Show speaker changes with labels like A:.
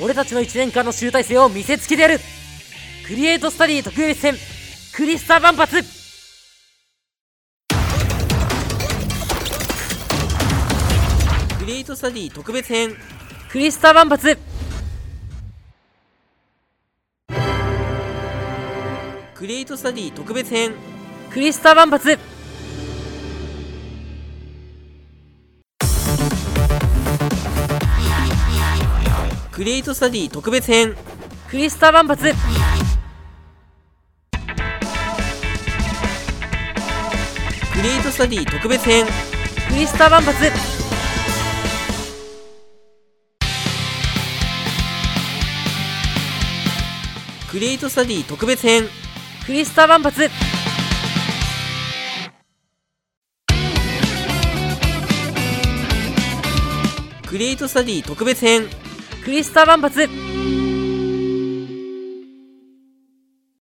A: 俺たちの1年間の集大成を見せつけてやるクリエイトスタディ特別編クリスタ万発
B: クリエイトスタディ特別編
A: クリスタ万発
B: クリエイトスタディ特別編
A: クリスタ万発
B: クリエイトスタディ特別編
A: クリスタ万発
B: クリエイトスタディ特別編
A: クリスタ万発
B: クリエイトスタディ特別編
A: クリスタ万発
B: クリエイトスタディ特別編
A: クリスタ万発